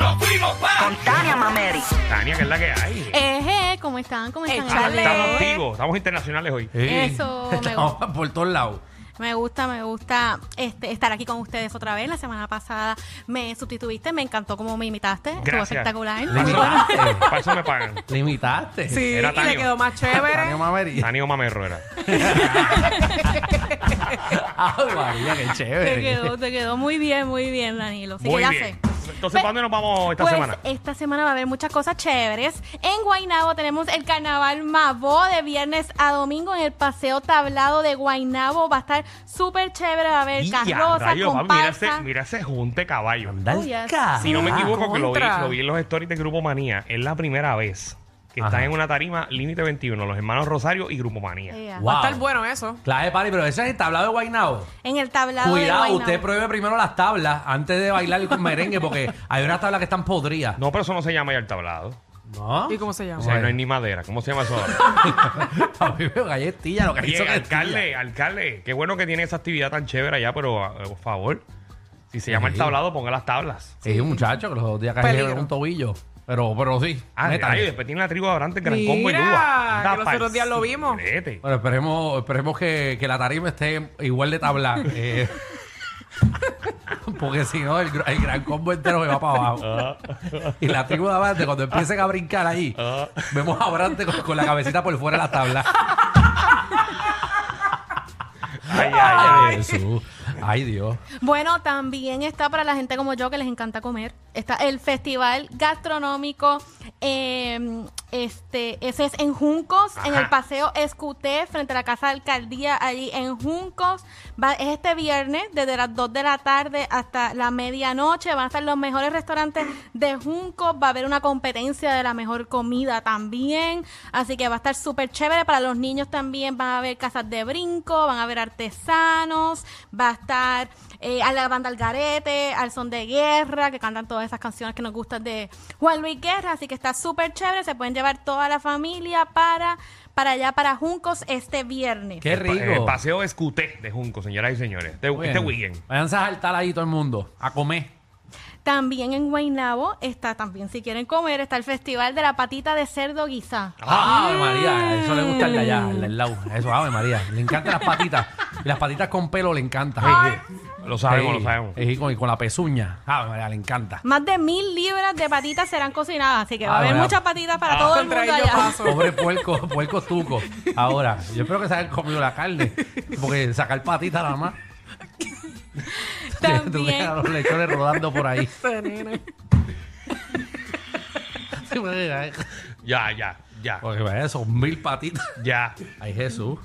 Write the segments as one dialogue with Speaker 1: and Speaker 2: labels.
Speaker 1: ¡Nos fuimos pa!
Speaker 2: con Tania Mameri.
Speaker 1: Tania, que es la que hay.
Speaker 3: Eje, ¿cómo están? ¿Cómo están?
Speaker 1: Ah,
Speaker 2: Échale.
Speaker 1: estamos activos, estamos internacionales hoy.
Speaker 3: Eso, me
Speaker 4: Estamos por todos lados.
Speaker 3: Me gusta, me gusta este, estar aquí con ustedes otra vez. La semana pasada me sustituiste, me encantó cómo me imitaste. Estuvo
Speaker 1: Gracias.
Speaker 3: espectacular.
Speaker 1: Para eso-
Speaker 4: Bueno.
Speaker 1: para eso me pagan.
Speaker 4: Le imitaste.
Speaker 5: Sí,
Speaker 1: Era
Speaker 5: y
Speaker 1: Tania.
Speaker 5: le quedó más
Speaker 4: Tania
Speaker 5: chévere.
Speaker 4: Mameri.
Speaker 1: Tania o Mamerro era.
Speaker 4: Ay, Ah, María, qué
Speaker 3: Te
Speaker 4: chévere.
Speaker 3: quedó, te quedó muy bien, muy bien, Danilo. Así que
Speaker 1: Muy
Speaker 3: ya
Speaker 1: bien.
Speaker 3: sé.
Speaker 1: Entonces, ¿para dónde nos vamos esta
Speaker 3: pues
Speaker 1: semana?
Speaker 3: esta semana va a haber muchas cosas chéveres. En Guaynabo tenemos el carnaval Mabó de viernes a domingo en el paseo tablado de Guaynabo. Va a estar súper chévere, va a haber
Speaker 1: Y a
Speaker 3: carroza,
Speaker 1: rayos, papi, mira ese,
Speaker 3: comparsa.
Speaker 1: mira ese junte caballo.
Speaker 4: Anda Ah,
Speaker 3: Oh,
Speaker 4: al
Speaker 3: yes.
Speaker 4: ca-
Speaker 1: Si no me equivoco, que lo vi,
Speaker 5: contra.
Speaker 1: lo vi en los stories de Grupo Manía. Es la primera vez que
Speaker 4: Ajá.
Speaker 1: están en una tarima Límite 21, los hermanos Rosario y Grupo Manía.
Speaker 3: Ea.
Speaker 4: Wow.
Speaker 5: Va a estar bueno eso.
Speaker 4: Claro, de party, pero ese es el tablado de Guainao.
Speaker 3: En el tablado de
Speaker 4: Cuidado,
Speaker 3: Guaynabo.
Speaker 4: usted pruebe primero las tablas antes de bailar con merengue, porque hay unas tablas que están podridas.
Speaker 1: No, pero eso no se llama ya el tablado.
Speaker 4: No.
Speaker 5: ¿Y cómo se llama?
Speaker 1: O sea,
Speaker 4: Bueno.
Speaker 1: no hay ni madera. ¿Cómo se llama eso ahora?
Speaker 4: Papi, pero galletilla, lo que
Speaker 1: Oye,
Speaker 4: hizo que
Speaker 1: alcalde, alcalde, qué bueno que tiene esa actividad tan chévere allá, pero ah, eh, por favor, si se llama el
Speaker 4: Sí.
Speaker 1: tablado, ponga las tablas.
Speaker 4: Sí, un muchacho que los otros días cayó
Speaker 5: Peligro.
Speaker 4: en un tobillo. Pero, pero sí.
Speaker 1: Ah,
Speaker 4: métale.
Speaker 1: detalle, después tiene la tribu abrante, el gran
Speaker 5: Mira,
Speaker 1: combo y Cuba.
Speaker 5: que los otros días lo vimos.
Speaker 4: Bueno, esperemos, esperemos que, que la tarima esté igual de tabla. eh, porque si no, el, gr- el gran combo entero se va para abajo.
Speaker 1: Ah.
Speaker 4: y la tribu de Abrante, cuando empiecen a brincar ahí, vemos a Abrante con, con la cabecita por fuera de la tabla.
Speaker 1: Ay, ay, ay.
Speaker 4: Jesús. Ay, Dios.
Speaker 3: Bueno, también está para la gente como yo que les encanta comer. Está el festival gastronómico. eh, este, ese es en Juncos, en
Speaker 1: Ajá.
Speaker 3: el paseo Escuté, frente a la casa de alcaldía, allí en Juncos. Va- es este viernes, desde las 2 de la tarde hasta la medianoche. Van a estar los mejores restaurantes de Juncos. Va a haber una competencia de la mejor comida también. Así que va a estar súper chévere. Para los niños también van a haber casas de brinco, van a haber artesanos, va a estar eh, a la banda Algarete, al son de guerra, que cantan todas esas canciones que nos gustan de Juan Luis Guerra. Así que está súper chévere. Se pueden llevar toda la familia para, para allá, para Juncos, este viernes.
Speaker 4: Qué
Speaker 1: Pa- El
Speaker 4: rico.
Speaker 1: paseo escuté de Junco, señoras y señores. Este,
Speaker 4: Muy
Speaker 1: este
Speaker 4: bien.
Speaker 1: weekend.
Speaker 4: Váyanse a saltar ahí todo el mundo. A comer.
Speaker 3: También en Guaynabo está, también si quieren comer, está el Festival de la Patita de Cerdo Guisá.
Speaker 4: Ah.
Speaker 1: Ah.
Speaker 4: Ave María, eso le gusta el de allá, el del lado. Eso, Ave María. Le encantan las patitas. Y las patitas con pelo le encantan.
Speaker 1: Lo sabemos,
Speaker 4: Sí,
Speaker 1: lo sabemos.
Speaker 4: sí, con, y con la pezuña. Ave María, le encanta.
Speaker 3: Más de mil libras de patitas serán cocinadas, así que va
Speaker 4: Ah,
Speaker 3: a haber
Speaker 4: bueno.
Speaker 3: muchas patitas para todo el mundo
Speaker 5: Contra ellos
Speaker 3: allá.
Speaker 5: paso.
Speaker 4: Pobre puerco, puerco tuco. Ahora, yo espero que se hayan comido la carne. Porque sacar patitas nada más. Tú ves
Speaker 3: También
Speaker 4: a los lechones rodando por ahí.
Speaker 5: Ese nene.
Speaker 1: Ya, ya, ya,
Speaker 4: Porque vaya, son mil patitas.
Speaker 1: ya.
Speaker 4: Ay, Jesús.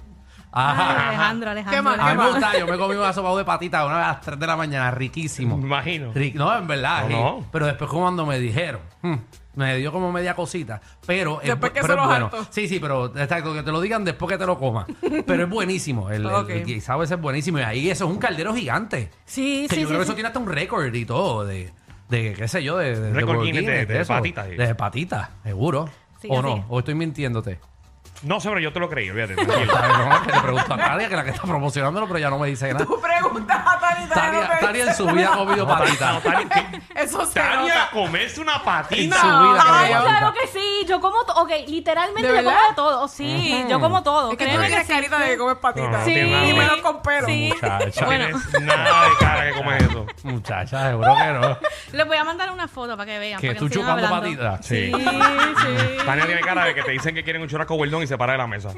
Speaker 3: Ay,
Speaker 4: Ajá.
Speaker 3: Alejandro,
Speaker 5: ¿Qué más?
Speaker 3: Alejandro.
Speaker 4: A mí me
Speaker 5: más?
Speaker 4: gusta, yo me comí un asopado de patitas una vez a las 3 de la mañana, riquísimo.
Speaker 1: Me imagino.
Speaker 4: Ric- No, en verdad.
Speaker 1: No,
Speaker 4: sí.
Speaker 1: no.
Speaker 4: Pero después cuando me dijeron, hmm, me dio como media cosita. Pero es,
Speaker 5: Después
Speaker 4: bu-
Speaker 5: que
Speaker 4: pero
Speaker 5: se
Speaker 4: es
Speaker 5: los
Speaker 4: bueno.
Speaker 5: hartó.
Speaker 4: Sí, sí, pero exacto, que te lo digan después que te lo comas. pero es buenísimo. El, el-
Speaker 5: Ok.
Speaker 4: el guisado ese es buenísimo. Y ahí eso es un caldero gigante.
Speaker 3: Sí,
Speaker 4: que
Speaker 3: sí,
Speaker 4: yo creo
Speaker 3: sí,
Speaker 4: que eso
Speaker 3: sí.
Speaker 4: tiene hasta un récord y todo de, de qué sé yo, de, de,
Speaker 1: Récord
Speaker 4: World
Speaker 1: Guinness de-
Speaker 4: Guinness,
Speaker 1: de
Speaker 4: eso.
Speaker 1: patitas, sí.
Speaker 4: De patitas, seguro.
Speaker 3: Sí,
Speaker 4: o
Speaker 3: así
Speaker 4: no,
Speaker 3: es.
Speaker 4: o estoy mintiéndote.
Speaker 1: No sé, pero yo te lo creí, olvídate. tranquilo.
Speaker 4: Ay, no, que le pregunto a Talia, que es la que está promocionándolo, pero ya no me dice nada.
Speaker 5: Tú preguntas a Tania. y Tania no
Speaker 4: Talia,
Speaker 5: te
Speaker 4: Talia en
Speaker 5: dice.
Speaker 4: su vida ha comido patitas.
Speaker 1: No, Tania, ¿qué-
Speaker 5: Eso se
Speaker 1: Tania,
Speaker 5: nota.
Speaker 1: comerse una
Speaker 4: En
Speaker 1: patita.
Speaker 4: su vida
Speaker 3: Ay,
Speaker 4: comió patitas.
Speaker 3: claro que sí, yo como todo, ok, literalmente
Speaker 5: ¿De
Speaker 3: yo como
Speaker 5: verdad?
Speaker 3: de todo, sí, yo como todo,
Speaker 5: Es que tú
Speaker 3: créeme
Speaker 5: tienes
Speaker 3: que sí.
Speaker 5: carita de que comes
Speaker 1: No,
Speaker 5: patitas.
Speaker 1: no, tiene nada.
Speaker 5: Y menos con pelo.
Speaker 3: Sí.
Speaker 1: No
Speaker 4: Muchacha.
Speaker 3: Bueno,
Speaker 1: tienes nada de cara que comes eso.
Speaker 4: Muchacha, seguro que no.
Speaker 3: les voy a mandar una foto para que vean.
Speaker 4: Que
Speaker 3: para
Speaker 4: tú
Speaker 3: no sigan
Speaker 4: chupando
Speaker 3: hablando.
Speaker 4: patitas.
Speaker 3: Sí,
Speaker 1: Sí.
Speaker 3: sí.
Speaker 1: Tania tiene cara de que te dicen que quieren un churrasco bueldón y se para de la mesa.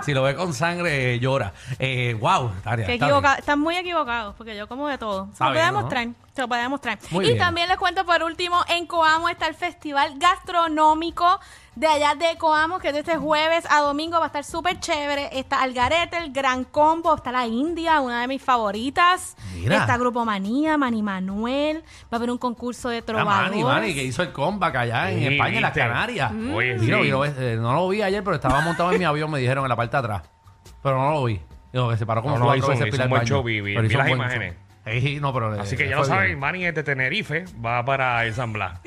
Speaker 4: si lo ve con sangre, eh, llora. Eh, wow, Talia.
Speaker 3: Qué
Speaker 4: está bien. Ah,
Speaker 3: equivoca- están muy equivocados porque yo como de todo. Se
Speaker 4: Está
Speaker 3: lo voy a
Speaker 4: bien, ¿no?
Speaker 3: demostrar. Se lo voy a demostrar.
Speaker 4: Muy
Speaker 3: y
Speaker 4: bien.
Speaker 3: también les cuento por último, en Coamo está el Festival Gastronómico de allá de Coamo, que es de este jueves a domingo va a estar súper chévere. Está Algarete, el Gran Combo, está la India, una de mis favoritas.
Speaker 4: Mira.
Speaker 3: Está Grupo Manía, Mani Manuel. Va a haber un concurso de
Speaker 4: Ah, Manny,
Speaker 3: trovadores.
Speaker 4: Manny, que hizo el comeback allá en
Speaker 1: Sí,
Speaker 4: España, en las
Speaker 1: viste.
Speaker 4: Canarias.
Speaker 1: Oye,
Speaker 4: Mira,
Speaker 1: sí.
Speaker 4: y lo- eh, no lo vi ayer, pero estaba montado en mi avión, me dijeron en la parte de atrás. Pero no lo vi. Digo, que se paró como
Speaker 1: No, no,
Speaker 4: cuatro
Speaker 1: hizo-
Speaker 4: veces
Speaker 1: hizo
Speaker 4: Pilar
Speaker 1: un buen
Speaker 4: Baños.
Speaker 1: show, vi- vi-
Speaker 4: Pero
Speaker 1: vi
Speaker 4: hizo un
Speaker 1: las
Speaker 4: buen show.
Speaker 1: imágenes.
Speaker 4: Sí, no, pero, eh,
Speaker 1: Así que ya
Speaker 4: fue
Speaker 1: lo saben,
Speaker 4: bien.
Speaker 1: Manny es de Tenerife, va para el San Blas.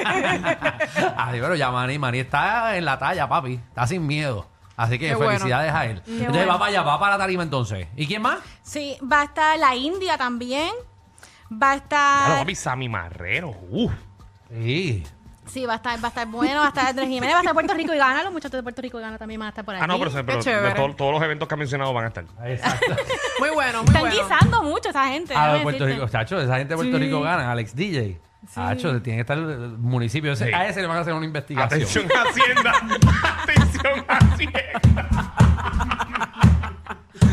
Speaker 4: Así, pero ya Manny, Manny está en la talla, papi. Está sin miedo. Así que
Speaker 5: Qué bueno.
Speaker 4: felicidades a él. entonces
Speaker 3: bueno.
Speaker 4: va para allá, va para la tarima entonces. ¿Y quién más?
Speaker 3: Sí, va a estar la India también. Va a
Speaker 1: Claro,
Speaker 3: estar
Speaker 1: papi, Sammy Marrero. Uf.
Speaker 4: Sí.
Speaker 3: Sí, va a estar, va a estar bueno, va a estar Andrés Jiménez, va a estar Puerto Rico y Gana, los muchachos de Puerto Rico y Gana también van a estar por ahí.
Speaker 1: Ah, no, pero, se- pero de
Speaker 5: chévere.
Speaker 1: todo- todos los eventos que ha mencionado van a estar.
Speaker 4: Ah, Exacto.
Speaker 5: Muy bueno, muy
Speaker 3: Están
Speaker 5: bueno.
Speaker 3: guisando mucho esa gente.
Speaker 4: A
Speaker 3: déjame
Speaker 4: ver, Ah, Puerto
Speaker 3: decirte.
Speaker 4: Rico, chacho, esa gente de Puerto Rico gana, Alex DJ. Chacho, tiene que estar el el municipio. Ese-
Speaker 1: Sí.
Speaker 4: A ese le van a hacer una investigación.
Speaker 1: Atención Hacienda. Atención Hacienda.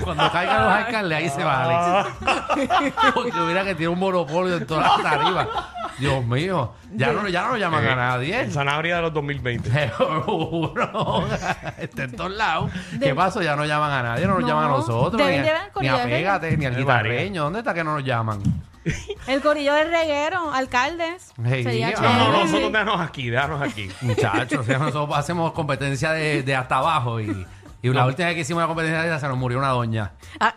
Speaker 4: Cuando caigan los alcaldes, ahí se
Speaker 1: Ah.
Speaker 4: va Alex. Porque mira que tiene un monopolio en todas las tarifas. Dios mío, ya no, ya no llaman a nadie.
Speaker 1: El Sanabria de los 2020.
Speaker 4: Te lo juro. Está en todos lados. ¿Qué pasó? Ya no llaman a nadie, no nos
Speaker 3: No.
Speaker 4: llaman a nosotros.
Speaker 3: Deben
Speaker 4: ni,
Speaker 3: ¿eh? de
Speaker 4: a,
Speaker 3: ver
Speaker 4: ni
Speaker 3: con
Speaker 4: a
Speaker 3: Lidia
Speaker 4: Pégate, ni al
Speaker 1: Ay, María.
Speaker 4: guitarreño. ¿Dónde está que no nos llaman?
Speaker 3: El corillo del reguero, alcaldes.
Speaker 4: Hey,
Speaker 3: Sería
Speaker 4: ah,
Speaker 1: No, no,
Speaker 3: chévere.
Speaker 1: no, nosotros déjanos aquí, déjanos aquí.
Speaker 4: Muchachos, o sea, nosotros hacemos competencia de, de hasta abajo. Y, y la última vez que hicimos una competencia de esa se nos murió una doña.
Speaker 3: Ah,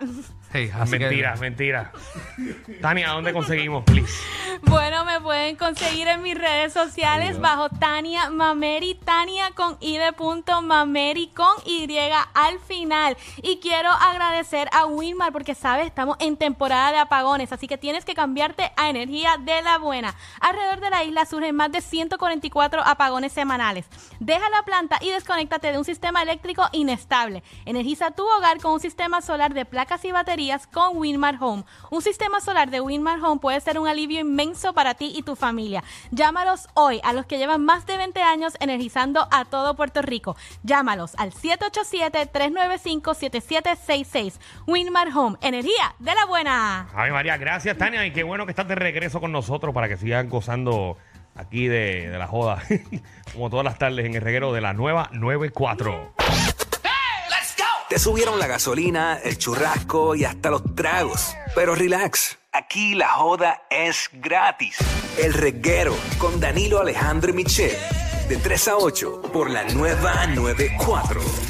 Speaker 4: Sí, así que-
Speaker 1: mentira, mentira. Tania, ¿dónde conseguimos, please?
Speaker 3: bueno, me pueden conseguir en mis redes sociales bajo Tania Mameri, Tania con i de punto Mameri con Y al final. Y quiero agradecer a Wilmar porque, sabes, estamos en temporada de apagones, así que tienes que cambiarte a energía de la buena. Alrededor de la isla surgen más de 144 apagones semanales. Deja la planta y desconéctate de un sistema eléctrico inestable. Energiza tu hogar con un sistema solar de placas y baterías con Winmar Home. Un sistema solar de Winmar Home puede ser un alivio inmenso para ti y tu familia. Llámalos hoy a los que llevan más de 20 años energizando a todo Puerto Rico. Llámalos al 787-395-7766. Winmar Home, energía de la buena.
Speaker 1: Ay, María, gracias, Tania. Y qué bueno que estás de regreso con nosotros para que sigan gozando aquí de, de la joda. Como todas las tardes en el reguero de la nueva 94.
Speaker 2: Te subieron la gasolina, el churrasco y hasta los tragos. Pero relax, aquí la joda es gratis. El reguero con Danilo Alejandro y Michel, de 3 a 8 por la nueva 94.